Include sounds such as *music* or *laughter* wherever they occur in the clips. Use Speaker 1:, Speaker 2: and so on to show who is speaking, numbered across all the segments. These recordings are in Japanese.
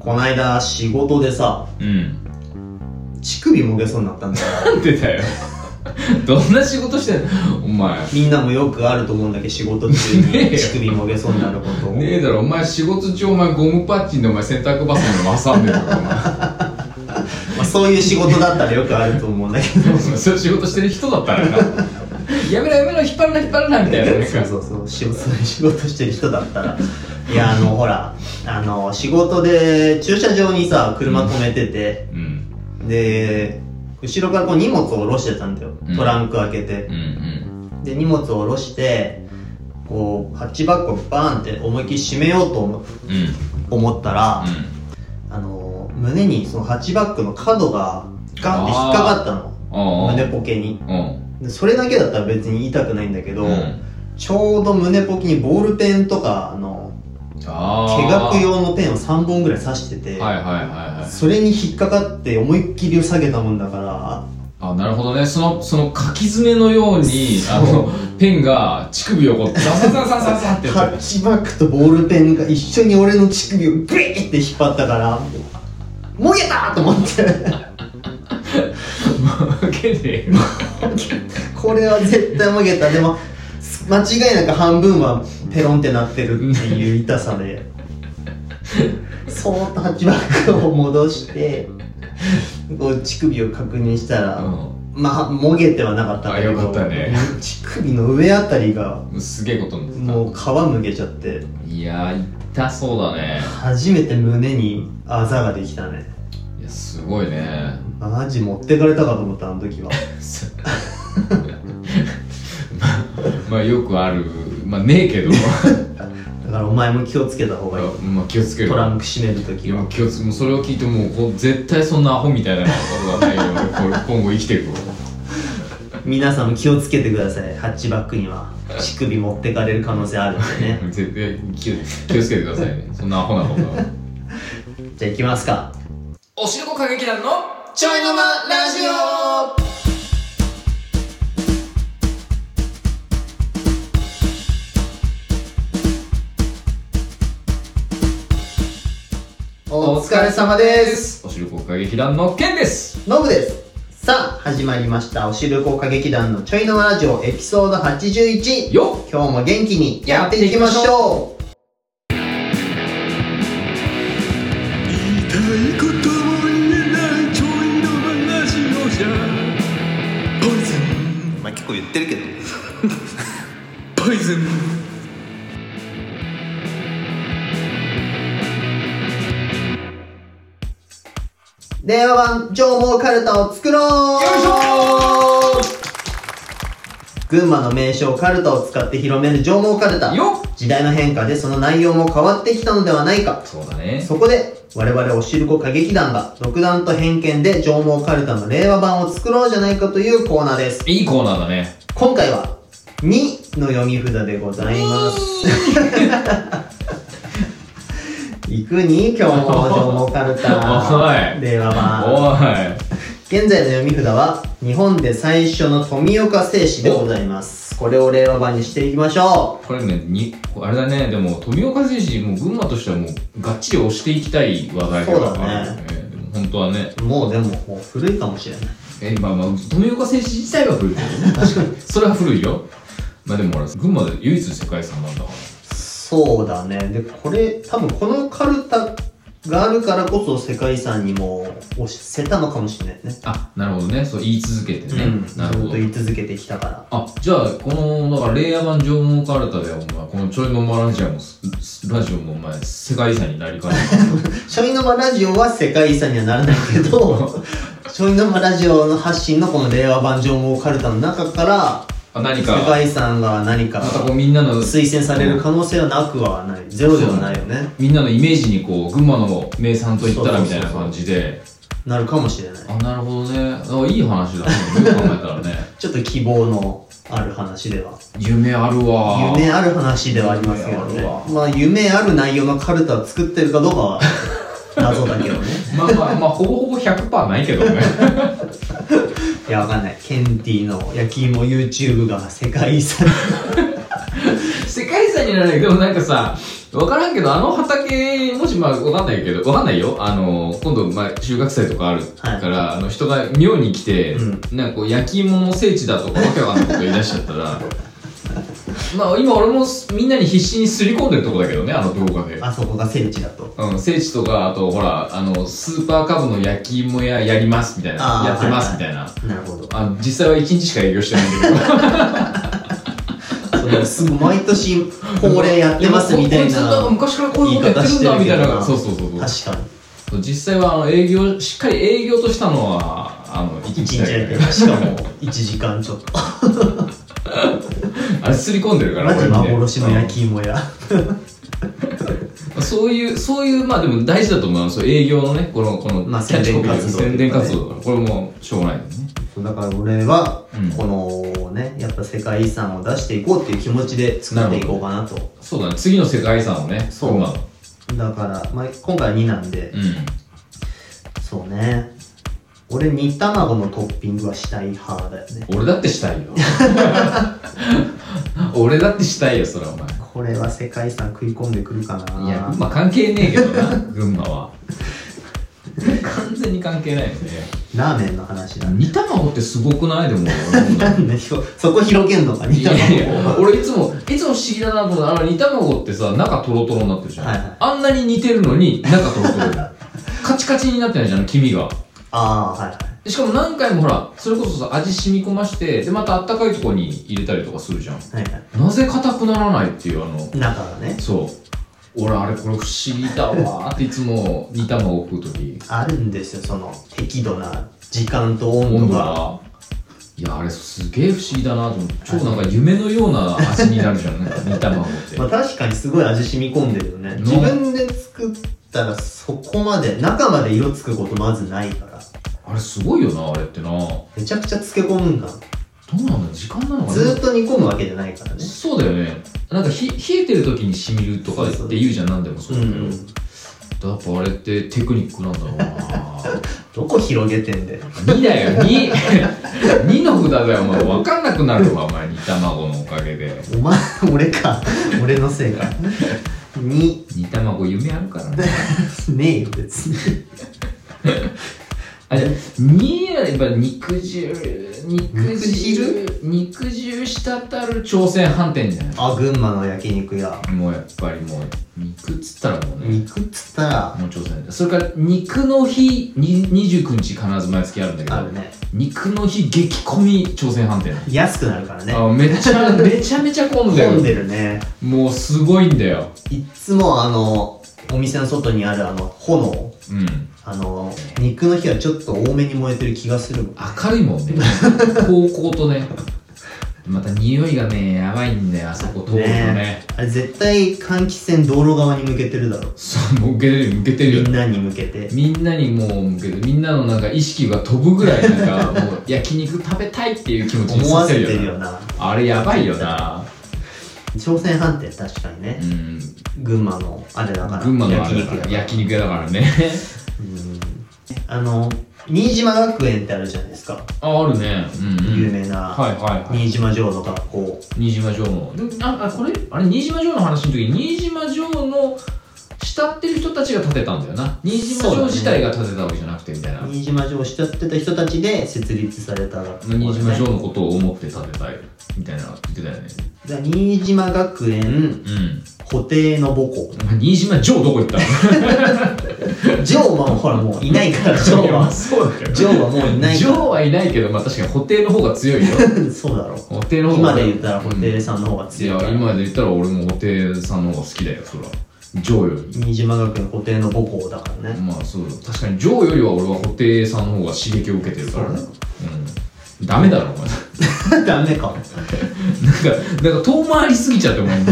Speaker 1: こないだ仕事でさ
Speaker 2: うん。
Speaker 1: 乳首もげそうになったんだよ
Speaker 2: なんでだよ。どんな仕事してんのお前。
Speaker 1: みんなもよくあると思うんだけど仕事中
Speaker 2: ねえ
Speaker 1: に
Speaker 2: よ
Speaker 1: 乳首もげそうになること
Speaker 2: ねえだろ、お前仕事中お前ゴムパッチンでお前洗濯バサミを挟んでるから、お前。
Speaker 1: まあ、そういう仕事だったらよくあると思うんだけど
Speaker 2: そういう仕事してる人だったらな。やめろやめろ、引っ張るな引っ張るなみたいな。なん
Speaker 1: そう
Speaker 2: か
Speaker 1: そうそう仕事そういう仕事してる人だったらいやあのほらあの仕事で駐車場にさ車止めてて、
Speaker 2: うん。
Speaker 1: で後ろからこう荷物を下ろしてたんだよ
Speaker 2: うん
Speaker 1: トランク開けて
Speaker 2: うん、うん。
Speaker 1: で荷物を下ろしてこうハッチバックをバーンって思いっきり閉めようと思
Speaker 2: うん。
Speaker 1: 思ったら、
Speaker 2: う
Speaker 1: あの胸にそのハッチバックの角がガンって引っかかったの
Speaker 2: ん。うん。
Speaker 1: 胸ポケに
Speaker 2: うん。
Speaker 1: でそれだけだったら別に痛くないんだけど、
Speaker 2: うん。
Speaker 1: ちょうど胸ポケにボールペンとかあの
Speaker 2: あ
Speaker 1: 毛
Speaker 2: あ。
Speaker 1: 額用のペンを3本ぐらい刺してて、
Speaker 2: はいはいはいはい。
Speaker 1: それに引っかかって思いっきり下げたもんだから
Speaker 2: あ、なるほどね。その、その書き爪のように、
Speaker 1: そう
Speaker 2: あの、ペンが乳首をこう、ザサザサザサってや
Speaker 1: ハ
Speaker 2: って
Speaker 1: ッチバックとボールペンが一緒に俺の乳首をグイーって引っ張ったからもげたと思って
Speaker 2: る。負けて
Speaker 1: これは絶対もげたでも間違いなく半分はペロンってなってるっていう痛さでそーっとハッチバックを戻してこう乳首を確認したら、
Speaker 2: う
Speaker 1: まあもげてはなかったんだけど
Speaker 2: あよかったね
Speaker 1: 乳首の上あたりが
Speaker 2: ん。すげえことになっ
Speaker 1: もう皮むけちゃって
Speaker 2: た。いやー、痛そうだね。
Speaker 1: 初めて胸にあざができたね
Speaker 2: いや、すごいね。 *laughs*
Speaker 1: マジ持ってかれたかと思ったあの時は
Speaker 2: すまあ、よくある。まあ、ねえけど。
Speaker 1: だからお前も気をつけた方がいい
Speaker 2: まあ、気をつける
Speaker 1: ト。ランク閉める時
Speaker 2: いや
Speaker 1: は
Speaker 2: 気をつけもうそれを聞いてもうこう絶対そんなアホみたいなことがないようにこう今後生きていくわ
Speaker 1: 皆さんも気をつけてくださいハッチバックには乳首持ってかれる可能性あるんでね
Speaker 2: 絶対気を気をつけてくださいねそんなアホなことは。
Speaker 1: じゃあ行きますか
Speaker 2: おしるこ歌劇団のちょいのまラジオ
Speaker 1: お疲れ様です
Speaker 2: おしるこ歌劇団のケンです
Speaker 1: ノブですさあ始まりましたおしるこ歌劇団のちょいのラジオエピソード81
Speaker 2: よっ
Speaker 1: 今日も元気にやっていきましょう
Speaker 3: 言いたいことも言えないちょいの話をじゃポイズン
Speaker 1: まあ結構言ってるけど
Speaker 3: ポイズン
Speaker 1: 電話版情報カルタを作ろう
Speaker 2: よいし
Speaker 1: 群馬の名称カルタを使って広める情報カルタ
Speaker 2: ょよっ
Speaker 1: 時代の変化でその内容も変わってきたのではないか
Speaker 2: そうだね
Speaker 1: そこで我々おしるこ歌劇団が独断と偏見で情報カルタの令和版を作ろうじゃないかというコーナーです
Speaker 2: いいコーナーだね
Speaker 1: 今回は2の読み札でございます。行くに今
Speaker 2: *laughs*
Speaker 1: 日も情報カル
Speaker 2: お
Speaker 1: タ
Speaker 2: い
Speaker 1: 令和
Speaker 2: お
Speaker 1: 版
Speaker 2: い
Speaker 1: 現在の読み札は日本で最初の富岡製紙でございますこれを令和版にしていきましょ
Speaker 2: これねにあれだねでも富岡選手もう群馬としてはもうがっちり押していきたい話題ではあるよねでも本当はね
Speaker 1: うもうでももう古いかもしれない
Speaker 2: えまあまあ富岡選手自体は古いけど
Speaker 1: *laughs*
Speaker 2: ね確かにそれは古いよまあでもほら群馬で唯一世界遺産なんだから
Speaker 1: そうだねでこれ多分このカルタがあるからこそ世界遺産にも押せたのかもしれないね
Speaker 2: あなるほどねそう言い続けてね、
Speaker 1: うんず
Speaker 2: なる
Speaker 1: っ
Speaker 2: ほ
Speaker 1: と
Speaker 2: ど
Speaker 1: 言い続けてきたから
Speaker 2: あじゃあこのだから令和版縄文カルタではお前このちょいのマラジアもすラジオもお前世界遺産になりかね
Speaker 1: ちょいのまラジオは世界遺産にはならないけ
Speaker 2: *laughs*
Speaker 1: ど、ちょいのまラジオの発信のこの令和版情報カルタの中から、
Speaker 2: あ何
Speaker 1: 世
Speaker 2: か
Speaker 1: 界遺産が何か
Speaker 2: またこうみんなの
Speaker 1: 推薦される可能性はなくはない。ゼロではないよね。
Speaker 2: みんなのイメージにこう群馬の名産といったらみたいな感じで
Speaker 1: なるかもしれない。
Speaker 2: あなるほどねあいい話だねよく考えたらね
Speaker 1: ちょっと希望のある話では。
Speaker 2: 夢あるわ
Speaker 1: 夢ある話ではありますけどね
Speaker 2: 夢あるわ。
Speaker 1: まあ夢ある内容のカルタを作ってるかどうかは *laughs* 謎だけどね。
Speaker 2: まあまあまあほぼほぼ100%ないけどね
Speaker 1: いや、わかん
Speaker 2: *laughs*
Speaker 1: ない。ケンティの焼き芋 YouTube が世界遺産。
Speaker 2: *laughs* 世界遺済にならないでもなんかさ、わからんけど、あの畑、もしまあわかんないけど、わかんないよ。あの、今度、まあ収穫祭とかあるから、あの人が妙に来て、
Speaker 1: う
Speaker 2: なんかこう焼き芋の聖地だとかわけわかんないこと言い出しちゃった *laughs* ら、まあ今俺もみんなに必死にすり込んでるとこだけどね、あの動画で。
Speaker 1: あそこが聖地だと
Speaker 2: うん、聖地とか、あとほら、あの、スーパーカブの焼き芋屋やりますみたい
Speaker 1: あ
Speaker 2: な、
Speaker 1: ー
Speaker 2: やってます
Speaker 1: は
Speaker 2: み
Speaker 1: い
Speaker 2: たいな。
Speaker 1: なるほど
Speaker 2: あの実際は1日しか営業してないんだけど。
Speaker 1: それすごい毎年 *laughs* 恒例やってますみたい
Speaker 2: やもうこいつなんか
Speaker 1: な
Speaker 2: 昔からこういうことやってるんだみたいな。そうそうそうそう。
Speaker 1: 確かに
Speaker 2: 実際はあの営業、しっかり営業としたのは、あの、一
Speaker 1: 一
Speaker 2: 日
Speaker 1: 日や
Speaker 2: だけ
Speaker 1: ってるしかも1時間ちょっと
Speaker 2: あれ、すり込んでるから、
Speaker 1: マジ
Speaker 2: 俺にね
Speaker 1: 幻の焼き芋や
Speaker 2: うんそういう、そういう、まあでも大事だと思うあの。そう営業のね、この、この、
Speaker 1: まあ
Speaker 2: キャッチコピー宣
Speaker 1: 宣伝
Speaker 2: 伝活
Speaker 1: 活
Speaker 2: 動
Speaker 1: 動
Speaker 2: だから、これもしょうがないよね。
Speaker 1: だから俺は
Speaker 2: うん
Speaker 1: このねやっぱ世界遺産を出していこうっていう気持ちで作っていこうかなと
Speaker 2: そうだね、次の世界遺産をね、
Speaker 1: そう
Speaker 2: 群馬の
Speaker 1: だから、まあ、今回は2なんで、
Speaker 2: うん。
Speaker 1: そうね俺煮卵のトッピングはしたい派だよね
Speaker 2: 俺だってしたいよ *laughs* 俺だってしたいよそれはお前
Speaker 1: これは世界遺産食い込んでくるかない
Speaker 2: や群馬関係ねえけどな群馬は完全に関係ないよね
Speaker 1: ラーメンの話だ
Speaker 2: 煮卵ってすごくない *laughs* でも
Speaker 1: なんでしょ *laughs* そこ広げんのか煮
Speaker 2: いやい
Speaker 1: 卵
Speaker 2: や俺いつもいつも不思議だなと思うあの煮卵ってさ中トロトロになってるじゃん、
Speaker 1: はいはい
Speaker 2: あんなに煮てるのに中トロトロカチカチになってないじゃん黄身が
Speaker 1: ああはいはい
Speaker 2: しかも何回もほらそれこそさ味染み込ましてでまたあったかいとこに入れたりとかするじゃん
Speaker 1: はいは
Speaker 2: なぜ硬くならないっていうあの
Speaker 1: い中がね
Speaker 2: そう俺あれこれ不思議だわーっていつも煮卵を食う時
Speaker 1: あるんですよその適度な時間と温
Speaker 2: 温
Speaker 1: 度
Speaker 2: 度
Speaker 1: が
Speaker 2: がいやあれすげえ不思議だなと思って超なんか夢のような味になるじゃんなん
Speaker 1: *laughs*
Speaker 2: か煮卵って
Speaker 1: まあ、確かにすごい味染み込んでるよね
Speaker 2: うん
Speaker 1: 自分で作ったらそこまで中まで色つくことまずないから
Speaker 2: あれすごいよなあれってなど
Speaker 1: めちゃくちゃ漬け込むんだ
Speaker 2: うなんだ時間なのかな
Speaker 1: ずーっと煮込むわけじゃないからね
Speaker 2: そうだよねなんかひ冷えてる時にしみるとかって言うじゃん何でもそう
Speaker 1: う
Speaker 2: だけど、
Speaker 1: ん
Speaker 2: やっぱあれってテクニックなんだ *laughs* ろうな
Speaker 1: どこ広げてんだよ
Speaker 2: 2だよ2 *laughs* 二の札だよお前分かんなくなるわお前煮卵のおかげで
Speaker 1: お前 *laughs* 俺か俺のせいかに
Speaker 2: 煮卵夢あるからね
Speaker 1: ねえよ別に
Speaker 2: あじゃあ煮やれば肉汁肉汁肉汁滴る朝鮮飯店じゃな
Speaker 1: あ群馬の焼肉屋
Speaker 2: いもうやっぱりもう肉っつったらもうね
Speaker 1: 肉っつったら
Speaker 2: もう朝鮮それから肉の日に29日必ず毎月あるんだけ
Speaker 1: あ
Speaker 2: ど
Speaker 1: るね
Speaker 2: 肉の日激混み朝鮮飯店
Speaker 1: 安くなるからね
Speaker 2: あめちゃめちゃめちゃ混んで
Speaker 1: 混ん
Speaker 2: る
Speaker 1: でるね
Speaker 2: もうすごいんだよ
Speaker 1: いっつもあのお店の外にあるあの炎
Speaker 2: うん
Speaker 1: あの肉の日はちょっと多めに燃えてる気がするもん
Speaker 2: 明るいもんね高校とねまた匂いがねやばいんだよあそこ通るとね
Speaker 1: あれ絶対換気扇道路側に向けてるだろ
Speaker 2: そう、もう受けてる、受けてる
Speaker 1: み
Speaker 2: よ
Speaker 1: ん。なに向けて
Speaker 2: みんなにもう向けて、みんなのなんか意識が飛ぶぐらい、なん *laughs* か、もう焼肉食べたいっていう気持ちに
Speaker 1: 思
Speaker 2: さ
Speaker 1: わ
Speaker 2: せ
Speaker 1: せ
Speaker 2: る
Speaker 1: て
Speaker 2: よ
Speaker 1: る
Speaker 2: な。
Speaker 1: よな
Speaker 2: あれやばいよな。
Speaker 1: 朝鮮飯店確かに
Speaker 2: う
Speaker 1: ね、
Speaker 2: ん。
Speaker 1: 群馬のあれだから
Speaker 2: 群馬のあ
Speaker 1: 焼
Speaker 2: れだ
Speaker 1: 肉や
Speaker 2: から
Speaker 1: から
Speaker 2: 焼肉屋だからね。
Speaker 1: うんあの新島学園ってあるじゃないですか、
Speaker 2: あ、あるね。うん、うん。
Speaker 1: 有名な、
Speaker 2: はいはいはい。
Speaker 1: 新島城の学校
Speaker 2: 新島城の。であ、あこれあれ、新島城の話の時、新島城の慕ってる人たちが建てたんだよな。新島
Speaker 1: そうだ
Speaker 2: 城
Speaker 1: ね
Speaker 2: 自体が建てたわけじゃなくてみたいな。
Speaker 1: 新島城を慕ってた人たちで設立された学校で、ね、
Speaker 2: 新島城のことを思って建てたい。みたいな言ってたよね。
Speaker 1: だから新島学園
Speaker 2: うん。
Speaker 1: 固定の母校
Speaker 2: お前新島城どこ行ったの
Speaker 1: 城はほらもういないから城
Speaker 2: いやまあ
Speaker 1: は
Speaker 2: そうだけど
Speaker 1: 城はもういない
Speaker 2: ジョ
Speaker 1: か
Speaker 2: ーはいないけど、まあ確かに布袋の方が強いよ。
Speaker 1: *laughs* らそうだろ
Speaker 2: 布袋の方が
Speaker 1: 今で言ったら布
Speaker 2: うん
Speaker 1: 袋さんの方が
Speaker 2: い
Speaker 1: 強いか
Speaker 2: や、
Speaker 1: ら、
Speaker 2: 今で言ったら俺も布袋さんの方が好きだよ、そら。ジョーより。
Speaker 1: 新島学園固定の母校だからね、 *laughs*
Speaker 2: まあそうだ。確かにジョーよりは俺は布袋さんの方が刺激を受けてるからね。うん。ダメだろ、お前。 *laughs*
Speaker 1: ダメか
Speaker 2: なんか、なんか遠回りすぎちゃって、お前に。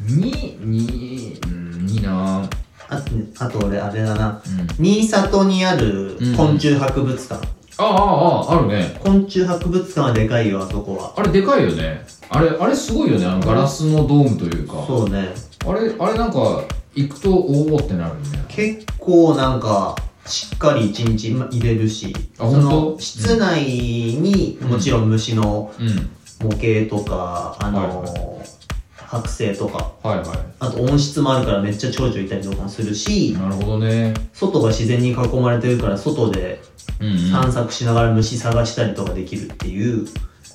Speaker 2: に、に、うん、いいなぁ。
Speaker 1: あとねあと俺あれだな
Speaker 2: うん。
Speaker 1: 新里にある昆虫博物館、
Speaker 2: ああ、ああ、あるね。
Speaker 1: 昆虫博物館はでかいよあそこは
Speaker 2: あれでかいよね。あれ、あれすごいよね。あのガラスのドームというか。
Speaker 1: そうね
Speaker 2: あれ、あれなんか、行くと、おおってなるんだよ。
Speaker 1: 結構なんかしっかり一日入れるし
Speaker 2: あ
Speaker 1: そ
Speaker 2: 本
Speaker 1: の
Speaker 2: 当
Speaker 1: 室内にもちろん虫の
Speaker 2: うん。
Speaker 1: 模型とか、あの
Speaker 2: は
Speaker 1: 剥製とか
Speaker 2: はいは
Speaker 1: あと温室もあるからめっちゃ蝶々いたりとかもするし
Speaker 2: いなるほどね
Speaker 1: 外が自然に囲まれてるから外で
Speaker 2: うん、うん、はい
Speaker 1: 散策しながら虫探したりとかできるっていう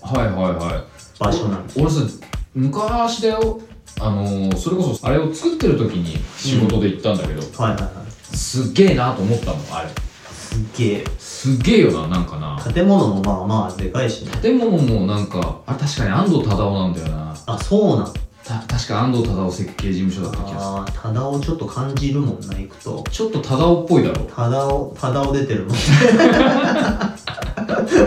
Speaker 2: はいはい
Speaker 1: 場所なんです
Speaker 2: 俺さ昔だよあのーそれこそあれを作ってる時に仕事で行ったんだけど、
Speaker 1: はいはいはい
Speaker 2: すっげえなと思ったもんあれ
Speaker 1: すっげえ
Speaker 2: すっげえよななんかな
Speaker 1: 建物もまあまあでかいしね
Speaker 2: 建物もなんかあ確かに安藤忠雄なんだよな
Speaker 1: あそうなん
Speaker 2: た確か安藤忠雄設計事務所だった気がす
Speaker 1: ああただをちょっと感じるもんな行くと
Speaker 2: るちょっと忠雄っぽいだろ
Speaker 1: ただをただを出てるもん *laughs*
Speaker 2: *laughs*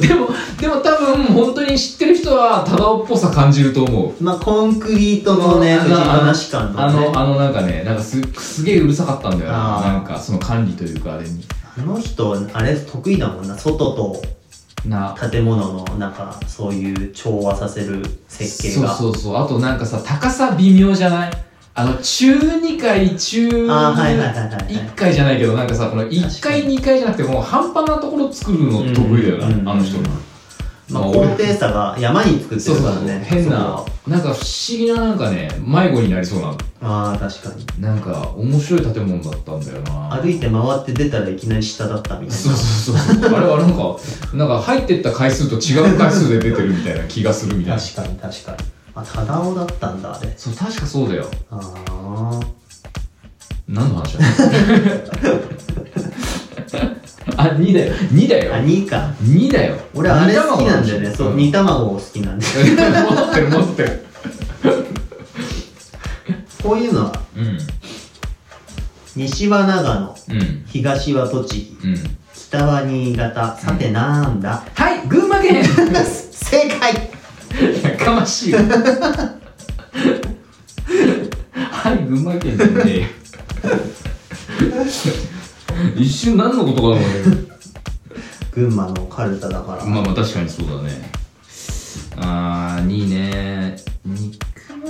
Speaker 2: でもでも多分本当に知ってる人は忠雄っぽさ感じると思う
Speaker 1: まあコンクリートのね
Speaker 2: あ
Speaker 1: 藤
Speaker 2: の
Speaker 1: 話感
Speaker 2: あ
Speaker 1: のね
Speaker 2: のあのなんかねなんかすすげえうるさかったんだよな
Speaker 1: あー
Speaker 2: なんかその管理というかあれに
Speaker 1: あの人あれ得意だもんな外と
Speaker 2: な
Speaker 1: 建物のなんかそういう調和させる設計が
Speaker 2: そうそうそうあとなんかさ高さ微妙じゃないあの中2階中
Speaker 1: あーはいはいはいはい
Speaker 2: 1階じゃないけどなんかさこの1階
Speaker 1: 確か
Speaker 2: 2階じゃなくてもう半端なところ作るの得意だよな、
Speaker 1: うんうん
Speaker 2: あの人が、
Speaker 1: まあ、
Speaker 2: まあ
Speaker 1: 高低差が山に作って
Speaker 2: そう
Speaker 1: る
Speaker 2: そ
Speaker 1: か
Speaker 2: う
Speaker 1: らね
Speaker 2: 変
Speaker 1: そ
Speaker 2: な
Speaker 1: こ
Speaker 2: なんか不思議ななんかね迷子になりそうな
Speaker 1: はああ確かに
Speaker 2: なんか面白い建物だったんだよな
Speaker 1: 歩いて回って出たらいきなり下だったみたい
Speaker 2: そう
Speaker 1: な
Speaker 2: そうそうそうあれはなんかなんか入ってった回数と違う回数で出てるみたいな気がするみたいな
Speaker 1: 確かに確かにあただおだったんだあれ
Speaker 2: そう確かそうだよ
Speaker 1: ああ
Speaker 2: 何の話だ *laughs* あ2だよ2だ
Speaker 1: あ
Speaker 2: よ
Speaker 1: 2か
Speaker 2: 2だよ
Speaker 1: 俺あれ好きなんだよねそう煮
Speaker 2: 2
Speaker 1: 卵を好きなんで
Speaker 2: 戻ってる戻ってる
Speaker 1: こういうのは
Speaker 2: うん
Speaker 1: 西は長野
Speaker 2: うん
Speaker 1: 東は栃木
Speaker 2: うん
Speaker 1: 北は新潟さてなんだ、
Speaker 2: はい群馬県
Speaker 1: 正解
Speaker 2: やかましいわはい群馬県じゃねえよ一瞬何のことかな思って
Speaker 1: 群馬のカルタだから、
Speaker 2: まあまあ確かにそうだねあー2ね肉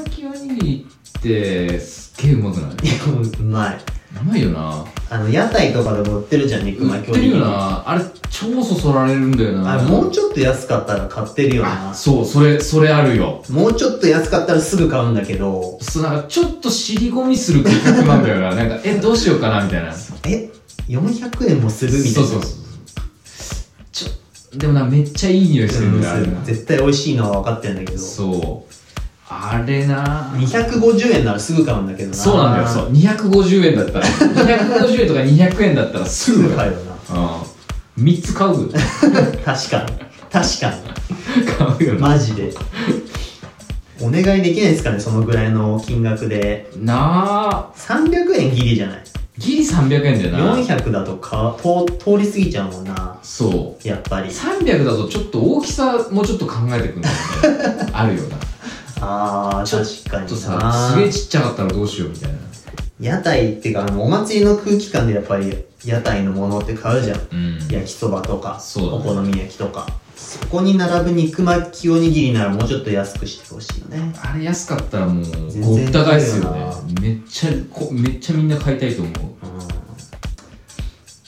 Speaker 2: 巻きおにぎりってすっげえうまくないう
Speaker 1: *laughs* いやもううまい
Speaker 2: まいよな
Speaker 1: あの屋台とかでも売ってるじゃん肉
Speaker 2: 売
Speaker 1: 巻
Speaker 2: っ
Speaker 1: きおにぎ
Speaker 2: てる
Speaker 1: り
Speaker 2: よなあれ超そそられるんだよな
Speaker 1: あれもうちょっと安かったら買ってるよな
Speaker 2: あそうそれそれあるよ
Speaker 1: もうちょっと安かったらすぐ買うんだけど
Speaker 2: そうなんかちょっと尻込みする感覚なんだよななんかえどうしようかなみたいなそう
Speaker 1: え400円もするみたいな
Speaker 2: そうそうちょでもなめっちゃいい匂いする
Speaker 1: うんん
Speaker 2: だよあれな
Speaker 1: 絶対美味しいのは分かってんだけど
Speaker 2: そうあれな
Speaker 1: 250円ならすぐ買うんだけどな
Speaker 2: そうなんだよそう250円だったら250円とか200円だったらす
Speaker 1: す
Speaker 2: ぐ
Speaker 1: ぐ
Speaker 2: だ
Speaker 1: 買
Speaker 2: よ
Speaker 1: うよな
Speaker 2: うん3つ
Speaker 1: *laughs*
Speaker 2: 買う
Speaker 1: 確かに確か
Speaker 2: 買うよ
Speaker 1: に
Speaker 2: な
Speaker 1: マジでお願いできないですかねそのぐらいの金額で
Speaker 2: なあ
Speaker 1: 300円ギリじゃない
Speaker 2: ギリ300円だよな
Speaker 1: 400だとかと通り過ぎちゃうもんな
Speaker 2: そう
Speaker 1: やっぱり
Speaker 2: 300だとちょっと大きさもうちょっと考えて
Speaker 1: *laughs*
Speaker 2: くんだよねあるよなち
Speaker 1: あ
Speaker 2: ちょ
Speaker 1: ー確か
Speaker 2: ょっと
Speaker 1: に
Speaker 2: さすげえ
Speaker 1: な
Speaker 2: ちっちゃかったらどうしようみたいな
Speaker 1: 屋台っていうかあのお祭りの空気感でやっぱり屋台のものって買うじゃん
Speaker 2: うん
Speaker 1: 焼きそばとか、
Speaker 2: そうだ
Speaker 1: お
Speaker 2: ね
Speaker 1: 好み焼きとかそこに並ぶ肉巻きおにぎりならもうちょっと安くしてほしいよね
Speaker 2: あれ安かったらもう
Speaker 1: 全
Speaker 2: ご
Speaker 1: 然
Speaker 2: った返すよ
Speaker 1: 違うよ
Speaker 2: ねめっちゃこめっちゃみんな買いたいと思
Speaker 1: う
Speaker 2: う
Speaker 1: ん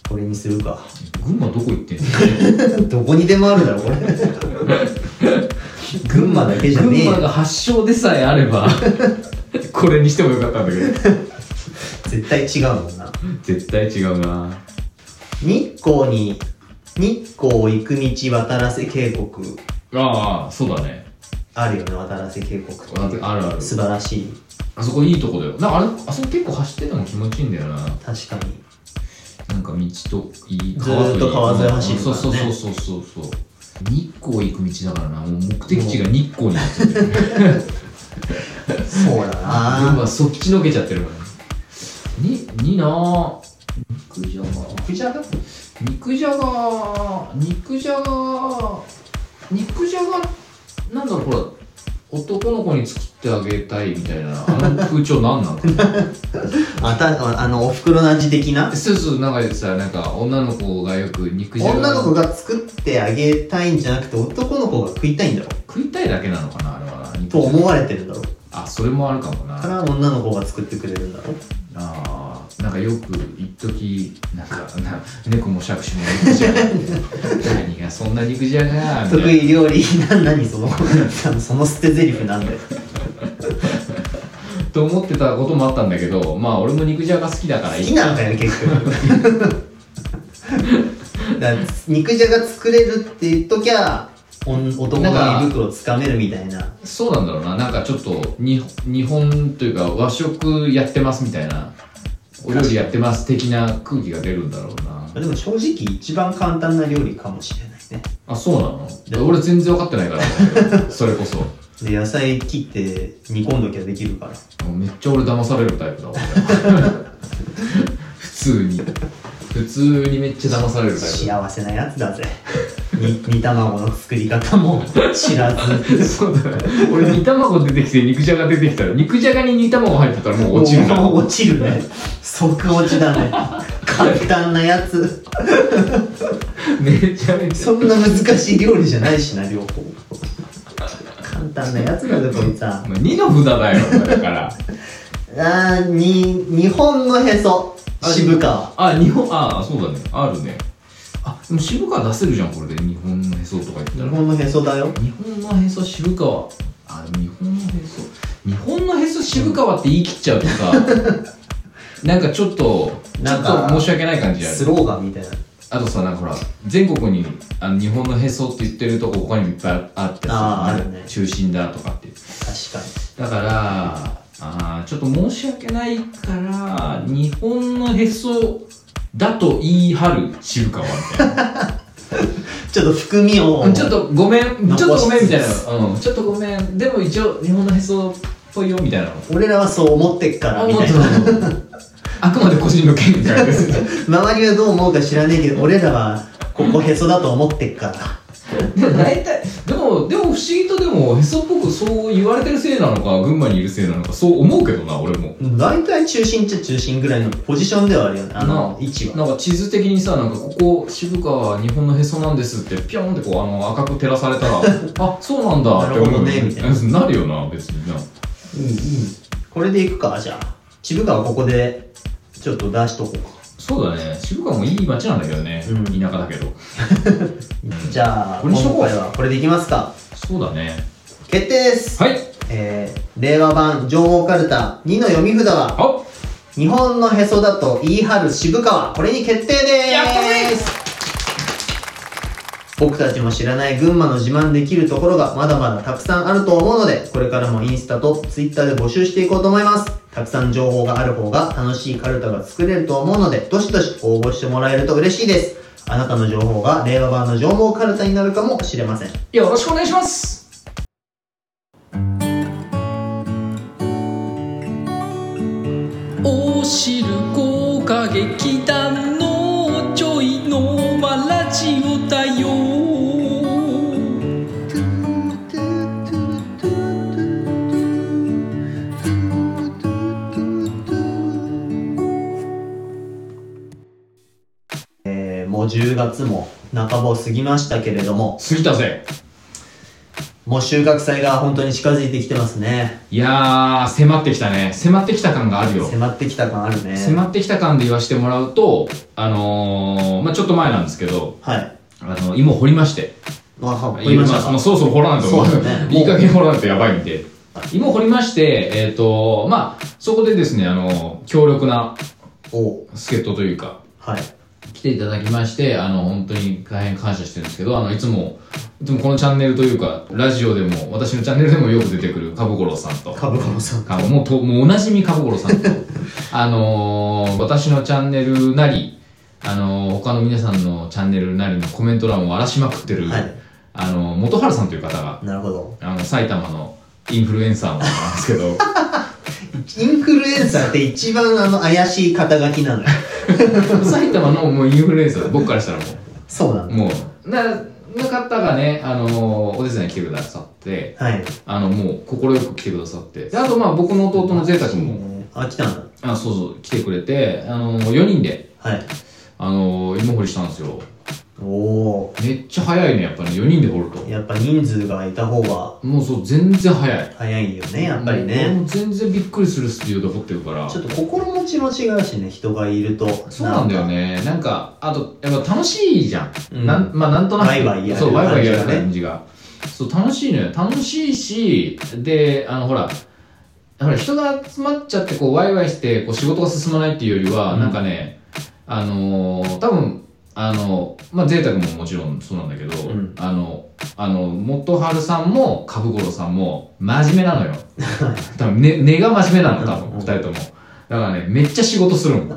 Speaker 1: これにするか
Speaker 2: 群馬どこ行っ
Speaker 1: *laughs*
Speaker 2: てんの
Speaker 1: どこにでもあるだろ
Speaker 2: *laughs*
Speaker 1: これ群馬だけじゃねえ
Speaker 2: 群馬
Speaker 1: よ
Speaker 2: が発祥でさえあ
Speaker 1: *laughs*
Speaker 2: ればこれにしてもよかったんだけど
Speaker 1: 絶対違うもんな
Speaker 2: 絶対違うな
Speaker 1: 日光に日光行く道渡良瀬渓谷
Speaker 2: ああそうだね
Speaker 1: あるよね渡良瀬渓谷と
Speaker 2: ある
Speaker 1: か
Speaker 2: ある
Speaker 1: 素晴らしい
Speaker 2: あそこいいとこだよなんかあれあそこ結構走ってても気持ちいいんだよな
Speaker 1: 確かに
Speaker 2: なんか道といい
Speaker 1: ずーっと川沿い走るか
Speaker 2: そう
Speaker 1: らね
Speaker 2: そうそうそうそうそう日光行く道だからなもう目的地が日光になっちゃってる
Speaker 1: そうだ
Speaker 2: *laughs* 群馬
Speaker 1: な
Speaker 2: そっちのけちゃってるからねにになぁ肉じゃが肉じゃが肉じゃが肉じゃが肉じゃがなんだろうほら男の子に作ってあげたいみたいなあの風潮なんなのかな
Speaker 1: あたあのお袋の味的な
Speaker 2: そうそうなんかさなんか女の子がよく肉じゃが
Speaker 1: 女の子が作ってあげたいんじゃなくて男の子が食いたいんだろ
Speaker 2: 食いたいだけなのかなあれはな
Speaker 1: と思われてるんだろ
Speaker 2: あそれもあるかもな
Speaker 1: だから女の子が作ってくれるんだろ
Speaker 2: あーなんかよく一時なんかな猫も杓子も肉じゃが何がそんな肉じゃがみたいな
Speaker 1: *laughs* 得意料理なん何そのその捨て台詞なんだよ
Speaker 2: と思ってたこともあったんだけどまあ俺も肉じゃが好きだから
Speaker 1: 好きなのかよ結局 *laughs* だから肉じゃが作れるって言っときゃお男の胃袋つかめるみたいな
Speaker 2: そうなんだろうななんかちょっとに日本というか和食やってますみたいなお料理やってます的な空気が出るんだろうな
Speaker 1: でも正直一番簡単な料理かもしれないね
Speaker 2: あそうなの俺全然分かってないからそれこそ
Speaker 1: で野菜切って煮込んどきゃできるから
Speaker 2: もうめっちゃ俺騙されるタイプだ俺 *laughs* 普通に普通にめっちゃ騙されるタイプ
Speaker 1: 幸せなやつだぜ *laughs* に煮卵の作り方も知らず
Speaker 2: そうだね俺煮卵出てきて肉じゃが出てきたら肉じゃがに煮卵入ってたらもう落ちるな
Speaker 1: もう落ちるね即落ちだね簡単なやつ
Speaker 2: めちゃめちゃ
Speaker 1: そんな難しい料理じゃないしな両方簡単なやつだぜこいつは
Speaker 2: お前二の札だよお前だから
Speaker 1: あーに日本のへそ
Speaker 2: あ
Speaker 1: 渋川
Speaker 2: あ日本ああそうだねあるねあでも渋川出せるじゃんこれで日本のへそとか言った
Speaker 1: 日
Speaker 2: ら
Speaker 1: 本のへそだよ
Speaker 2: 日本のへそ渋川あでも日本のへそ日本のへそ渋川って言い切っちゃうとさ
Speaker 1: *laughs*
Speaker 2: なんかちょっとちょ
Speaker 1: なん
Speaker 2: っ
Speaker 1: か
Speaker 2: と申し訳ない感じあ
Speaker 1: ス
Speaker 2: る
Speaker 1: ローガンみたいな
Speaker 2: あとさなんかほら全国にあの日本のへそって言ってるとこ他にもいっぱいあってさ
Speaker 1: あーあるね
Speaker 2: 中心だとかって
Speaker 1: 確かに
Speaker 2: だからあーちょっと申し訳ないから日本のへそだと言い張る渋川みたい
Speaker 1: ちょっと含みを
Speaker 2: なちょっとごめんちょっとごめんみたい
Speaker 1: 残しつ
Speaker 2: な、うん、ちょっとごめんでも一応日本のへそっぽいよみたいなの
Speaker 1: 俺らはそう思ってっからみたいな
Speaker 2: あくまで個人の権利からです
Speaker 1: 周りはどう思うか知らねえけど俺らはここへそだと思ってっから
Speaker 2: でも大体でもでも不思議とでもへそっぽくそう言われてるせいなのか群馬にいるせいなのかそう思うけどな俺も
Speaker 1: 大体中心っちゃ中心ぐらいのポジションではあるよねあの位置は
Speaker 2: なんか地図的にさなんかここ渋川は日本のへそなんですってピョンってこうあの赤く照らされた *laughs* らあそうなんだって思
Speaker 1: なるほど
Speaker 2: う
Speaker 1: ねみたいな
Speaker 2: なるよな別にな
Speaker 1: うんうんこれでいくかじゃあ渋川ここでちょっと出しとこうか
Speaker 2: そうだね渋川もいい街なんだけどね、
Speaker 1: うん
Speaker 2: 田舎だけど
Speaker 1: じゃあ
Speaker 2: これにしとこう
Speaker 1: 今回はこれでいきますか
Speaker 2: そうだね
Speaker 1: 決定です、
Speaker 2: はい
Speaker 1: えー、令和版情報カルタ2の読み札は
Speaker 2: あ
Speaker 1: 日本のへそだと言い張る渋川これに決定で
Speaker 2: やったぜ
Speaker 1: ーす僕たちも知らない群馬の自慢できるところがまだまだたくさんあると思うのでこれからもインスタとツイッターで募集していこうと思いますたくさん情報がある方が楽しいカルタが作れると思うのでどしどし応募してもらえると嬉しいですあなたの情報が令和版の情報カルタになるかもしれません
Speaker 2: よろしくお願いします
Speaker 3: おしるこが劇団のちょいのまラジオだよ
Speaker 1: えーもう10月も半ばを過ぎましたけれども、
Speaker 2: 過ぎたぜ
Speaker 1: もう収穫祭が本当に近づいてきてますね。
Speaker 2: いやー迫ってきたね迫ってきた感があるよ
Speaker 1: 迫ってきた感あるね。
Speaker 2: 迫ってきた感で言わせてもらうとあのー、まあちょっと前なんですけど
Speaker 1: はい。
Speaker 2: あの芋掘りまして
Speaker 1: あ、は
Speaker 2: 今まあ、そろそろ掘らないと思う
Speaker 1: そうだね
Speaker 2: *laughs* いい加減掘らないとやばいんで今掘りましてえっ、とまあそこでですねあの強力な
Speaker 1: お、
Speaker 2: 助っ人というか
Speaker 1: はい。
Speaker 2: 来ていただきましてあの本当に大変感謝してるんですけどあのいつもいつもこのチャンネルというかラジオでも私のチャンネルでもよく出てくるカブゴロさんと
Speaker 1: 株価もさん。
Speaker 2: あのもうと、もうおなじみかぼころさ
Speaker 1: *laughs*
Speaker 2: んと、あのー私のチャンネルなり、あのー他の皆さんのチャンネルなりのコメント欄を荒らしまくってる、
Speaker 1: はい
Speaker 2: あのー元原さんという方が、
Speaker 1: なるほど。
Speaker 2: あの、埼玉のインフルエンサーなんですけ
Speaker 1: *laughs*
Speaker 2: ど、
Speaker 1: インフルエンサーって一番あの怪しい肩書きなの
Speaker 2: *laughs*
Speaker 1: よ。
Speaker 2: 埼玉のもうインフルエンサー、僕からしたらも
Speaker 1: そうなの
Speaker 2: う、。もう、な、な方がね、あのーお手伝いに来てくださって、
Speaker 1: はい。
Speaker 2: あの、もう、快く来てくださって、であとまあ僕の弟の贅沢も、
Speaker 1: あ、来たんだ。
Speaker 2: あ、そうそう、来てくれて、あのー、4人で、
Speaker 1: はい。
Speaker 2: あのー芋掘りしたんですよ。
Speaker 1: お
Speaker 2: めっちゃ早いねやっぱり、ね、4人で掘る
Speaker 1: ー
Speaker 2: と
Speaker 1: やっぱ人数がいた方が
Speaker 2: もうそう全然早い
Speaker 1: 早いよね、やっぱり
Speaker 2: もう
Speaker 1: ね。
Speaker 2: もう全然びっくりするスピードで掘ってるから
Speaker 1: ちょっと心持ちも違うしね、人がいると。
Speaker 2: そうなんだよねなんかあとやっぱ楽しいじゃん、
Speaker 1: うん
Speaker 2: なんまあなんとなく
Speaker 1: ワイワイやる
Speaker 2: そうワイワイや
Speaker 1: 感
Speaker 2: る
Speaker 1: じがね
Speaker 2: 感じがそう楽しいのよ楽しいしであのほらほら人が集まっちゃってこうワイワイしてこう仕事が進まないっていうよりは、
Speaker 1: うん
Speaker 2: なんかねあのー多分あのまあ贅沢ももちろんそうなんだけど、
Speaker 1: うん
Speaker 2: あのあの元春さんも株五郎さんも真面目な
Speaker 1: *laughs*
Speaker 2: のよ多分ね根が真面目なの多
Speaker 1: うん
Speaker 2: 分二人ともだからねめっちゃ仕事するのも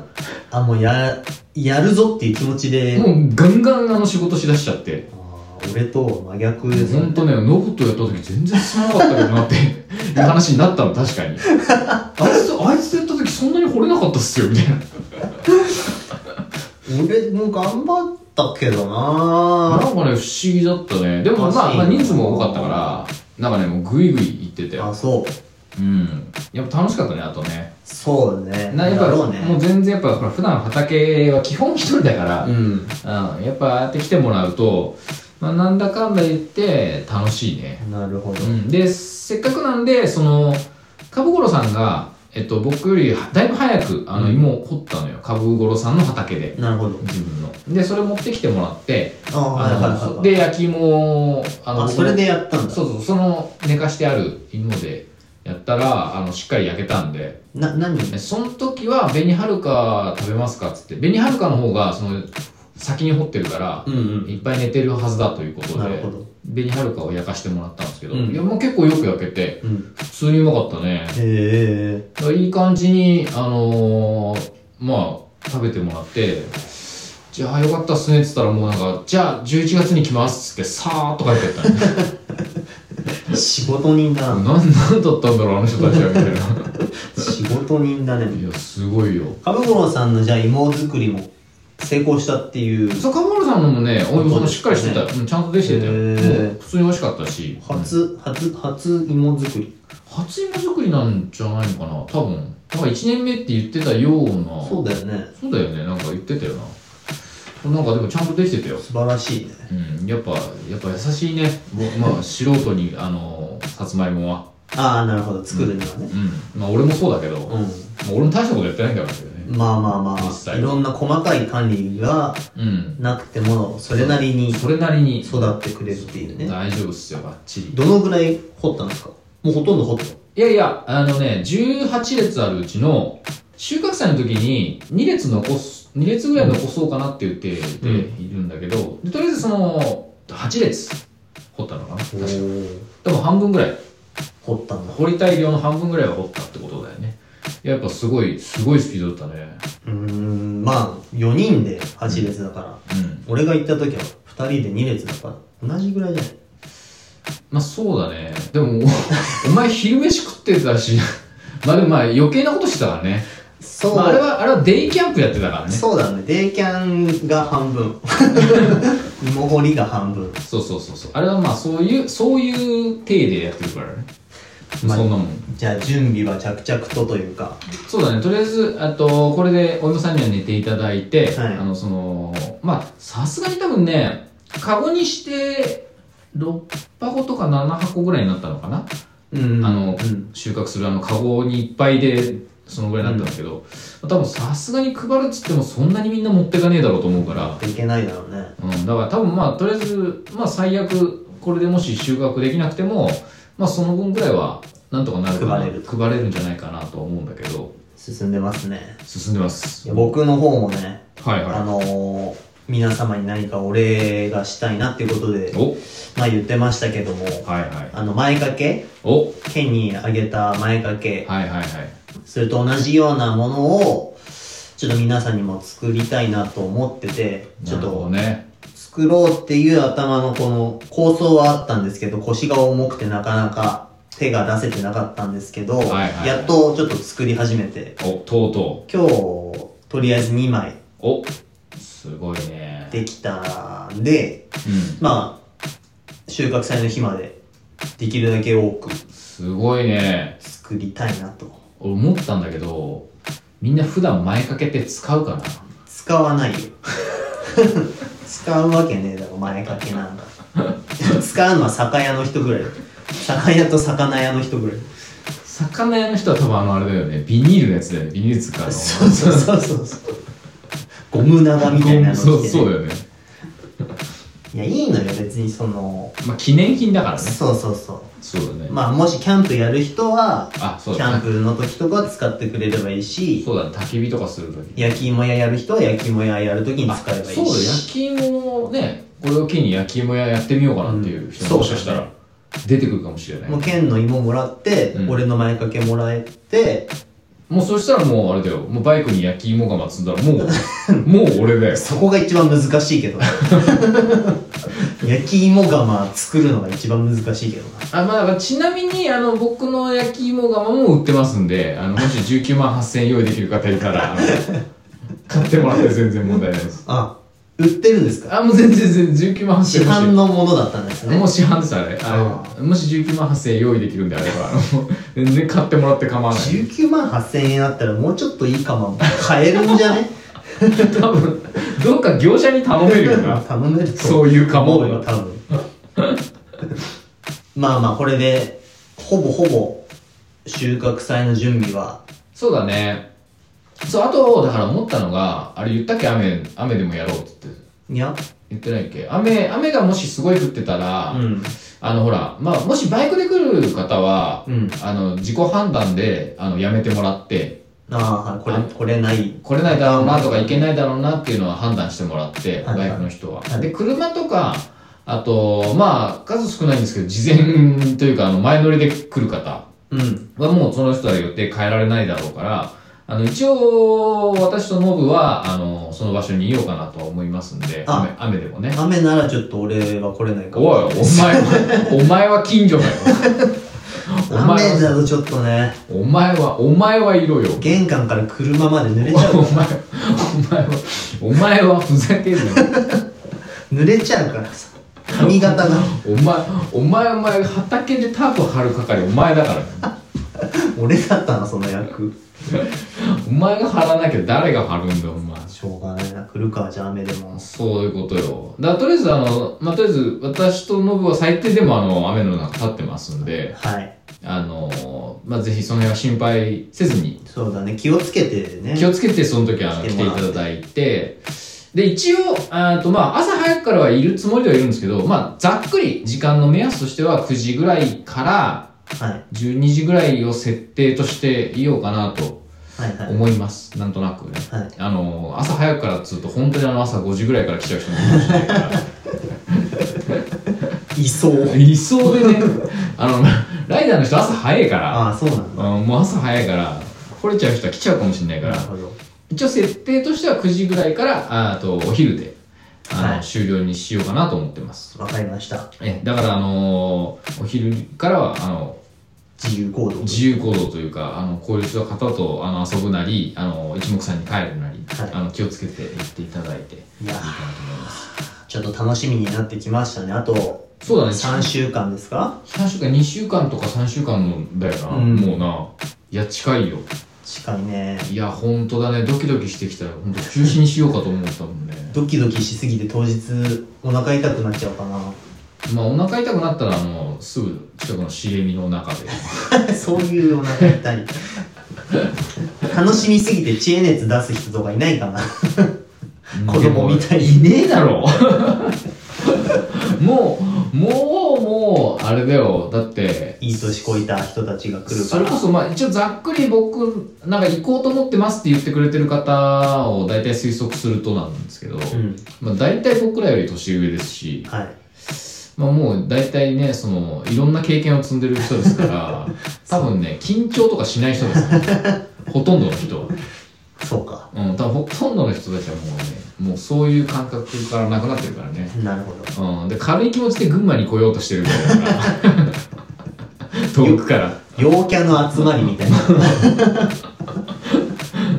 Speaker 1: あもうややるぞっていう気持ちで、
Speaker 2: うガンガンあの仕事しだしちゃって
Speaker 1: あー俺と真逆です
Speaker 2: ほん
Speaker 1: ね
Speaker 2: とね、ノブとやった時全然進まなかったけどな
Speaker 1: *laughs*
Speaker 2: っていう話になったの、確かに。あいつと、あいつとやった時そんなに惚れなかったっすよ、みたいな。
Speaker 1: 俺も頑張ったけどな
Speaker 2: なんかね、不思議だったね。でも
Speaker 1: 確か
Speaker 2: まあ、
Speaker 1: に
Speaker 2: まあ人数も多かったから、なんかね、もうグイグイ行ってて。
Speaker 1: あそう
Speaker 2: うん。やっぱ楽しかったね、あとね。
Speaker 1: そうね
Speaker 2: なやっぱ、
Speaker 1: だろう
Speaker 2: もう
Speaker 1: ね
Speaker 2: 全然やっぱ、ほら普段畑は基本一人だから、
Speaker 1: うん
Speaker 2: うん、やっぱああやって来てもらうと、まあなんだかんだ言って楽しいね。
Speaker 1: なるほど、
Speaker 2: うん、でせっかくなんでその株五郎さんが、えっと、僕よりだいぶ早くあの
Speaker 1: うん
Speaker 2: 芋を掘ったのよ株五郎さんの畑で
Speaker 1: なるほど
Speaker 2: 自分のでそれ持ってきてもらって
Speaker 1: ああはいはい
Speaker 2: あ
Speaker 1: はい
Speaker 2: の
Speaker 1: はい
Speaker 2: で焼き芋をあ
Speaker 1: あ
Speaker 2: の
Speaker 1: それでやったんだ
Speaker 2: そうそうその寝かしてある芋でやったらあのしっかり焼けたんで
Speaker 1: な何
Speaker 2: でその時は「紅はるか食べますか?」っつって紅はるかの方がその先に掘ってるから
Speaker 1: うんうん
Speaker 2: いっぱい寝てるはずだということ
Speaker 1: なる
Speaker 2: で
Speaker 1: ほど、
Speaker 2: 紅はるかを焼かしてもらったんですけど、
Speaker 1: うん
Speaker 2: いやもう結構よく焼けて
Speaker 1: うん、
Speaker 2: 普通にうまかったね
Speaker 1: へえ
Speaker 2: だからいい感じにあのーまあ食べてもらってじゃあよかったっすねっつったらもうなんかじゃあ11月に来ますっつってさーっと帰ってった
Speaker 1: *laughs*
Speaker 2: ね
Speaker 1: 仕事人だ
Speaker 2: なん
Speaker 1: な
Speaker 2: なんだったんだろうあの人たちはみたいな *laughs*
Speaker 1: 仕事人だ
Speaker 2: い
Speaker 1: ね
Speaker 2: やすごいよ
Speaker 1: 株五郎さんのじゃあ芋作りも成功したっていう
Speaker 2: 坂丸さんのもねお芋さんしっかりしてたよ、うんちゃんとできてたよ
Speaker 1: へ
Speaker 2: もう
Speaker 1: ー
Speaker 2: 普通に美味しかったしうん
Speaker 1: 初初初芋作り
Speaker 2: 初芋作りなんじゃないのかな多分なんか1年目って言ってたような
Speaker 1: そうだよね
Speaker 2: そうだよねなんか言ってたよななんかでもちゃんとできてたよ
Speaker 1: 素晴らしいね
Speaker 2: うん、やっぱ、やっぱ優しいね。もうまあ、素人に、あの、さつまいもは。
Speaker 1: ああなるほど作るにはね
Speaker 2: うん。まあ、俺もそうだけど、
Speaker 1: う
Speaker 2: まあ
Speaker 1: ん、
Speaker 2: 俺も大したことやってないんだからね。
Speaker 1: まあまあま
Speaker 2: 実
Speaker 1: あ
Speaker 2: 際
Speaker 1: いろんな細かい管理が
Speaker 2: うん。
Speaker 1: なくてもそれなりに
Speaker 2: それなりに、
Speaker 1: 育ってくれるっていうね
Speaker 2: 大丈夫っすよ、ばっちり。
Speaker 1: どのぐらい掘ったんですかもうほとんど掘っ
Speaker 2: いやいや、あのね、18列あるうちの、収穫祭の時に2列残す、2列ぐらい残そうかなって言って
Speaker 1: うん
Speaker 2: いるんだけど、でとりあえずその、8列掘ったのかな
Speaker 1: た
Speaker 2: 確
Speaker 1: お
Speaker 2: か。
Speaker 1: ー
Speaker 2: 多分半分ぐらい。
Speaker 1: 掘ったんだ
Speaker 2: 掘りたい量の半分ぐらいは掘ったってことだよね。やっぱすごい、すごいスピードだったね。
Speaker 1: うーんまあ4人で8列だから、
Speaker 2: うん。
Speaker 1: 俺が行った時は2人で2列だから同じぐらいじゃない
Speaker 2: まあそうだね。でも、 *laughs* おお前昼飯食ってたし、 *laughs* まあでもまあ余計なことしてたからね。
Speaker 1: そう、
Speaker 2: まあ、あれは、あれはデイキャンプやってたからね。そ
Speaker 1: そうだねデイキャンが半 *laughs* 分芋掘りが半分
Speaker 2: うそうそうそう。あれはまあそういう、そういう体でやってるからね。
Speaker 1: まあ
Speaker 2: そんなもん。
Speaker 1: じゃあ準備は着々とというか
Speaker 2: そうだね。とりあえず、あと、これでお芋さんには寝ていただいて、
Speaker 1: はい
Speaker 2: あの、その、まあ、さすがに多分ね、カゴにして、6箱とか7箱ぐらいになったのかな
Speaker 1: うん
Speaker 2: あ
Speaker 1: う
Speaker 2: の
Speaker 1: ん
Speaker 2: 収穫するあのカゴにいっぱいでそのぐらいになったんだけど、多分さすがに配るっつってもそんなにみんな持ってかねえだろうと思うから、
Speaker 1: いけないだろうね
Speaker 2: うん、だから多分まあとりあえず、まあ、最悪これでもし収穫できなくても、まあ、その分ぐらいはなんとかなるかな
Speaker 1: 配れる
Speaker 2: 配れるんじゃないかなと思うんだけど
Speaker 1: 進んでますね
Speaker 2: 進んでます
Speaker 1: いや僕の方もね、
Speaker 2: はい
Speaker 1: あ
Speaker 2: は
Speaker 1: のー皆様に何かお礼がしたいなっていうことで
Speaker 2: い、お
Speaker 1: まあ言ってましたけども、
Speaker 2: はいはい
Speaker 1: あの、前掛け、
Speaker 2: お
Speaker 1: 県にあげた前掛け、
Speaker 2: はいはいはい
Speaker 1: それと同じようなものを、ちょっと皆さんにも作りたいなと思ってて、ちょっ
Speaker 2: なるほど
Speaker 1: と
Speaker 2: ね
Speaker 1: 作ろうっていう頭のこの構想はあったんですけど、腰が重くてなかなか手が出せてなかったんですけど、
Speaker 2: はいはい
Speaker 1: やっとちょっと作り始めて、
Speaker 2: おとうと
Speaker 1: 今日、とりあえず2枚
Speaker 2: うおすごいね
Speaker 1: できたんで、
Speaker 2: うん
Speaker 1: まあ、収穫祭の日までできるだけ多く
Speaker 2: すごいね
Speaker 1: 作りたいなと。
Speaker 2: 俺思ったんだけどみんな普段前掛けって使うかな
Speaker 1: 使わないよ。 *laughs* 使うわけねえだろ、前掛けなんか。使うのは酒屋の人ぐらいだよ。酒屋と魚屋の人ぐらい。
Speaker 2: 魚屋の人は多分あのあれだよねビニールのやつだよねビニールつうかあの
Speaker 1: そうそうそうそうそう。ゴム長みたいなの着て、ね
Speaker 2: そうそうだよね
Speaker 1: いや、いいのよ、別にその。
Speaker 2: まあ記念品だからね
Speaker 1: そうそうそう。
Speaker 2: そうだね、
Speaker 1: まあもしキャンプやる人は
Speaker 2: あ
Speaker 1: キ
Speaker 2: そう
Speaker 1: ャ
Speaker 2: だ
Speaker 1: ン
Speaker 2: ね
Speaker 1: プの時とか使ってくれればいいし
Speaker 2: そうだね焚き火とかするとき
Speaker 1: 焼き芋屋やる人は焼き芋屋やる時に使えばいい
Speaker 2: そうだよ
Speaker 1: し
Speaker 2: 焼き芋をねこれを機に焼き芋屋やってみようかなっていう人
Speaker 1: うん
Speaker 2: ももしかした
Speaker 1: そう
Speaker 2: ら出てくるかもしれない
Speaker 1: もう剣の芋もらって、
Speaker 2: うん
Speaker 1: 俺の前掛けもらえて
Speaker 2: もうそしたらもうあれだよもうバイクに焼き芋が待つんだらも
Speaker 1: *laughs*
Speaker 2: うもう俺だよ
Speaker 1: そこが一番難しい
Speaker 2: *laughs*
Speaker 1: けど焼き芋釜作るのが一番難しいけどな
Speaker 2: あまあ、だからちなみにあの僕の焼き芋窯も売ってますんであのもし19万8000円用意できる方いた
Speaker 1: *laughs*
Speaker 2: らあの買ってもらって全然問題ないです
Speaker 1: あ売ってるんですか
Speaker 2: あもう全然全然19万
Speaker 1: 市
Speaker 2: 8000円
Speaker 1: 販のものだったんですね
Speaker 2: もう市販ですあれあ
Speaker 1: あ
Speaker 2: れもし19万8000円用意できるんであればあの *laughs* 全然買ってもらって構わな
Speaker 1: *laughs*
Speaker 2: い
Speaker 1: 19万8000円あったらもうちょっといい釜も買えるんじゃね
Speaker 2: 多分どっか業者に頼めるよ
Speaker 1: *laughs*
Speaker 2: な
Speaker 1: 頼めると
Speaker 2: そういう
Speaker 1: 思
Speaker 2: 釜
Speaker 1: うよ多分 *laughs* まあまあこれでほぼほぼ収穫祭の準備は
Speaker 2: そうだねそうあとだから思ったのがあれ言ったっけ雨雨でもやろうって言って
Speaker 1: いや
Speaker 2: 言ってないっけ雨雨がもしすごい降ってたら、
Speaker 1: うん
Speaker 2: あのほら、まあ、もしバイクで来る方は、
Speaker 1: うん
Speaker 2: あの自己判断であのやめてもらって
Speaker 1: ああこれ
Speaker 2: あ
Speaker 1: これない
Speaker 2: 来れないだろうなとか行けないだろうなっていうのは判断してもらっ
Speaker 1: は
Speaker 2: て、
Speaker 1: いはい
Speaker 2: バイクの人は、
Speaker 1: はい
Speaker 2: で車とかあとまあ数少ないんですけど事前というかあの前乗りで来る方
Speaker 1: うん
Speaker 2: はもうその人は予定変えられないだろうからあの一応私とノブはあのその場所にいようかなとは思いますんで
Speaker 1: あ
Speaker 2: 雨雨でもね
Speaker 1: 雨ならちょっと俺は来れないかも
Speaker 2: おいお前はお前は近所
Speaker 1: *laughs*
Speaker 2: だよお前は
Speaker 1: 雨だとちょっとね
Speaker 2: お前は、お前はいろよ。
Speaker 1: 玄関から車まで濡れ
Speaker 2: お
Speaker 1: ちゃう
Speaker 2: *laughs* 前は、お前は、お前はふざけんなよ。
Speaker 1: 濡れちゃうからさ髪型が
Speaker 2: お前、お前、お前、畑でタープ張る係、お前だから。
Speaker 1: 俺だったなその役
Speaker 2: お前が張らなきゃ誰が張るんだよ、お前。
Speaker 1: しょうがないな来るかじゃあ雨でも
Speaker 2: そういうことよ。だからとりあえず、あの、まあ、とりあえず、私とノブは最低でも、あの、雨の中立ってますんで、
Speaker 1: はい
Speaker 2: あの、まあ、ぜひその辺は心配せずに、
Speaker 1: そうだね気をつけてね
Speaker 2: 気をつけてその時はあの
Speaker 1: 来
Speaker 2: 来
Speaker 1: て
Speaker 2: てい
Speaker 1: もらって
Speaker 2: ただいてで一応あーと、まあ、朝早くからはいるつもりではいるんですけど、まあ、ざっくり時間の目安としては9時ぐらいから
Speaker 1: はい
Speaker 2: 12時ぐらいを設定としていようかなと
Speaker 1: はいはい
Speaker 2: 思います、なんとなくね
Speaker 1: はい
Speaker 2: あの朝早くからっつうと本当にあの朝5時ぐらいから来ちゃう人もいるかもしれないから
Speaker 1: いそう
Speaker 2: 理想でね *laughs* あのライダーの人朝早いから
Speaker 1: ああそうなんだ
Speaker 2: うんもう朝早いから来れちゃう人は来ちゃうかもしれないか
Speaker 1: な
Speaker 2: ら
Speaker 1: るほど
Speaker 2: 一応設定としては9時ぐらいからああとお昼であの、
Speaker 1: はい
Speaker 2: 終了にしようかなと思ってます
Speaker 1: わかりました
Speaker 2: えだからあのーお昼からはあの
Speaker 1: 自由行動
Speaker 2: 自由行動というかあのこういう人の方とあの遊ぶなりあの一目散に帰るなり、
Speaker 1: はい
Speaker 2: あの気をつけて行っていただいていい
Speaker 1: いやー
Speaker 2: かなと思います
Speaker 1: ちょっと楽しみになってきましたねあと
Speaker 2: そうだね
Speaker 1: 3週間ですか
Speaker 2: 3週間2週間とか3週間のだよな、
Speaker 1: うん
Speaker 2: もうないや近いよ
Speaker 1: 近いね
Speaker 2: いや本当だねドキドキしてきたよ本当中止にしようかと思ったもんね
Speaker 1: ドキドキしすぎて当日お腹痛くなっ *laughs* ちゃうか
Speaker 2: まあお腹痛くなったらあのすぐ近くの茂みの中で
Speaker 1: なそういうお腹痛い *laughs* 楽しみすぎて知恵熱出す人とかいないか
Speaker 2: *laughs*
Speaker 1: な子供みたい
Speaker 2: いねえだろ *laughs* もうもうもうあれだよだって
Speaker 1: いい年こいた人たちが来るか
Speaker 2: そ
Speaker 1: ら
Speaker 2: れこそまあ一応ざっくり僕なんか行こうと思ってますって言ってくれてる方を大体推測するとなんですけど、
Speaker 1: うん
Speaker 2: まあ、大体僕らより年上ですし、
Speaker 1: はい
Speaker 2: まあ、もう大体ねそのいろんな経験を積んでる人ですから
Speaker 1: *laughs*
Speaker 2: 多分ね緊張とかしない人ですねほとんどの人は。
Speaker 1: そうか
Speaker 2: うん、多分ほとんどの人たちはもうね、もうそういう感覚からなくなってるからね。
Speaker 1: なるほど
Speaker 2: うん、で、軽い気持ちで群馬に来ようとしてるみたいだから。
Speaker 1: *laughs*
Speaker 2: 遠くから。
Speaker 1: 陽キャの集まりみたいな
Speaker 2: *laughs*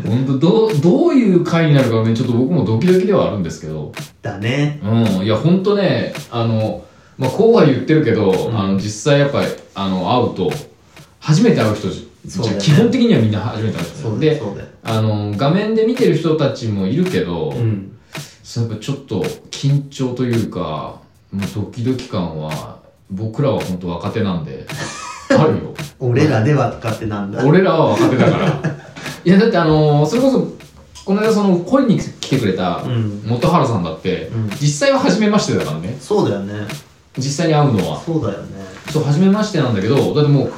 Speaker 2: 本当どう、どういう回になるかね、ちょっと僕もドキドキではあるんですけど。
Speaker 1: だね
Speaker 2: うん、いや、本当ね、あの、まあ、こうは言ってるけど、
Speaker 1: ん
Speaker 2: あの、実際やっぱり、あの、会うと、初めて会う人じゃ、
Speaker 1: そうだよね
Speaker 2: 基本的にはみんな初めて会う人じゃん
Speaker 1: そうだよ
Speaker 2: で、
Speaker 1: そうだよ
Speaker 2: あの、画面で見てる人たちもいるけど、
Speaker 1: うん
Speaker 2: そうやっぱちょっと緊張というかもうドキドキ感は僕らは本当若手なんであるよ
Speaker 1: 俺らではとかってなんだ
Speaker 2: *laughs* 俺らは若手だから
Speaker 1: *laughs*
Speaker 2: いやだってあのーそれこそこの間その恋に来てくれた
Speaker 1: うん
Speaker 2: 元原さんだって、
Speaker 1: うん
Speaker 2: 実際は初めましてだからね
Speaker 1: そうだよね
Speaker 2: 実際に会うのは
Speaker 1: そうだよね
Speaker 2: そう初めましてなんだけどだってもう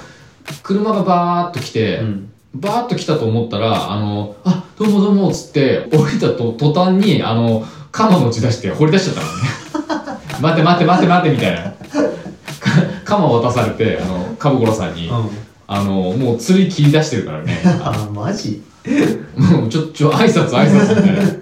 Speaker 2: 車がバーッと来て、
Speaker 1: うん
Speaker 2: バーッと来たと思ったら、あの、あ、どうもどうもっつって、降りたと途端に、あの、鎌持ち出して掘り出しちゃっ
Speaker 1: *laughs*
Speaker 2: たのね。待って待って待って待ってみたいな。か鎌渡されて、あの、かぶころさんに、
Speaker 1: うん
Speaker 2: あの、もう釣り切り出してるからね。
Speaker 1: あマジ
Speaker 2: もうちょ、ちょ、挨拶挨拶みたいな。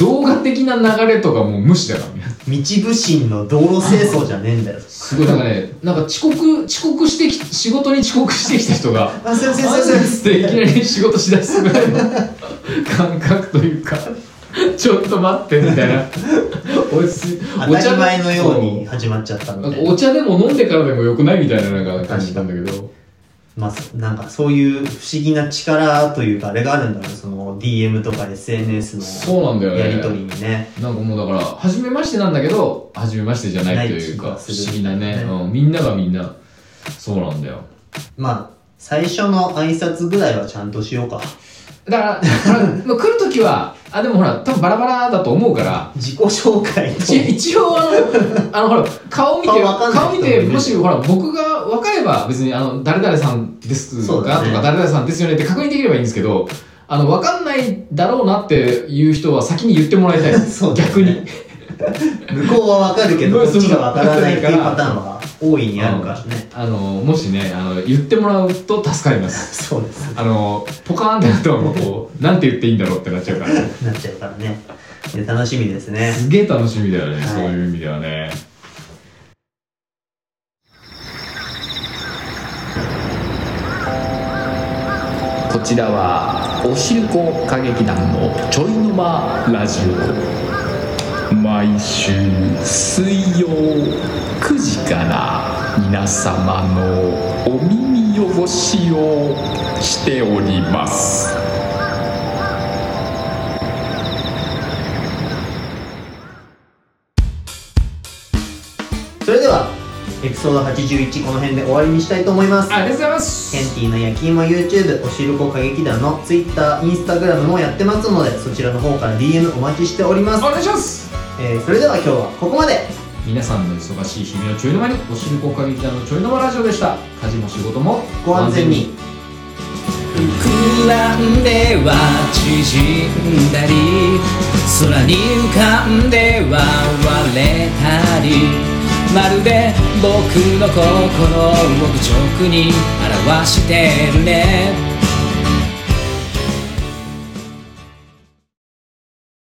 Speaker 2: 動画的な流れとかもう無視だからね。
Speaker 1: 道不審の道路清掃じゃねえんだよ
Speaker 2: すごい、なんかね、なんか遅刻、遅刻してき、仕事に遅刻してきた人が、
Speaker 1: あすいませんすいま
Speaker 2: 挨
Speaker 1: せん
Speaker 2: 拶っていきなり仕事しだすぐらいの感覚というかちょっと待ってみたいなおいす
Speaker 1: 当たり前のように始まっちゃった
Speaker 2: そ
Speaker 1: み
Speaker 2: う
Speaker 1: た
Speaker 2: ないん
Speaker 1: な
Speaker 2: かお茶でも飲んでからでもよくないみたいななんか感じなんだけど
Speaker 1: まあ、そなんかそういう不思議な力というかあれがあるんだろうねその DM とか SNS
Speaker 2: そうなんだ
Speaker 1: の
Speaker 2: よ
Speaker 1: やり取
Speaker 2: ね
Speaker 1: りにね
Speaker 2: なんかもうだから初めましてなんだけど初めましてじゃないという
Speaker 1: な
Speaker 2: か
Speaker 1: い気が
Speaker 2: 不
Speaker 1: す
Speaker 2: 思
Speaker 1: る
Speaker 2: 議なね、
Speaker 1: ね
Speaker 2: うん、みんながみんなそうなんだよ
Speaker 1: まあ最初の挨拶ぐらいはちゃんとしようか
Speaker 2: だからほらまあ来るときはあでもほら多分バラバラだと思うから
Speaker 1: 自己紹介と
Speaker 2: 一一応あのあのほら顔見て
Speaker 1: 顔わかんない人
Speaker 2: 顔見て
Speaker 1: もいる
Speaker 2: もしほら僕が分かれば別にあの誰々さんです
Speaker 1: そう
Speaker 2: が
Speaker 1: だ
Speaker 2: と
Speaker 1: ね
Speaker 2: か誰々さんですよねって確認できればいいんですけどあの分かんないだろうなっていう人は先に言ってもらいたいです
Speaker 1: そうだね
Speaker 2: 逆に
Speaker 1: 向こうはわかるけどこ
Speaker 2: そう
Speaker 1: っ
Speaker 2: そう
Speaker 1: ちがわからないっていうパターンは大いにあるからね
Speaker 2: あのもしねあの言ってもらうと助かります
Speaker 1: そうです
Speaker 2: あのポカーンってなったらもうこうなんて言っていいんだろうってなっちゃうから
Speaker 1: なっちゃうからねいや楽しみですね
Speaker 2: すげえ楽しみだよね、
Speaker 1: い
Speaker 2: そういう意味ではね
Speaker 4: こちらはおしるこ歌劇団のちょいの間ラジオ毎週水曜9時から皆様のお耳汚しをしております
Speaker 1: それではエピソード81この辺で終わりにしたいと思います
Speaker 2: ありがとうございます
Speaker 1: ケンティーの焼き芋 YouTube おしるこ歌劇団の Twitter、Instagram もやってますのでそちらの方から DM お待ちしておりま
Speaker 2: お
Speaker 1: す、
Speaker 2: 願いします
Speaker 1: えーそれでは今日はここまで
Speaker 2: 皆さんの忙しい日々のちょいの間におしるこ歌劇団のちょいの間ラジオでした家事も仕事も
Speaker 1: ご安全に
Speaker 5: 膨らんでは縮んだり空に浮かんでは割れたりまるで僕の心を直に表してるね